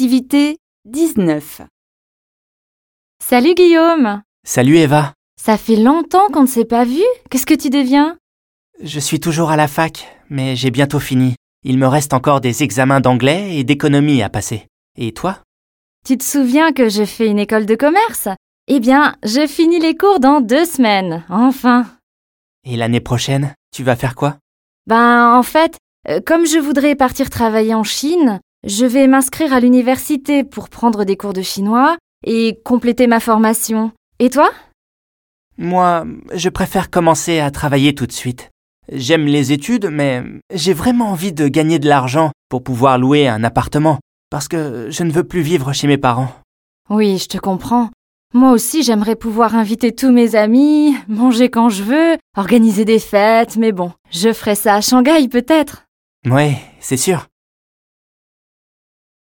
Activité 19. Salut Guillaume Salut Eva, Ça fait longtemps qu'on ne s'est pas vu Qu'est-ce que tu deviens je suis toujours à la fac, mais j'ai bientôt fini. Il me reste encore des examens d'anglais et d'économie à passer. Et toi Tu te souviens que j'ai fait une école de commerce Eh bien, je finis les cours dans deux semaines, enfin Et l'année prochaine, tu vas faire quoi Ben, en fait, euh, comme je voudrais partir travailler en Chine, je vais m'inscrire à l'université pour prendre des cours de chinois et compléter ma formation. Et toi Moi, je préfère commencer à travailler tout de suite. J'aime les études, mais j'ai vraiment envie de gagner de l'argent pour pouvoir louer un appartement, parce que je ne veux plus vivre chez mes parents. Oui, je te comprends. Moi aussi, j'aimerais pouvoir inviter tous mes amis, manger quand je veux, organiser des fêtes, mais bon, je ferai ça à Shanghai peut-être. Ouais, c'est sûr.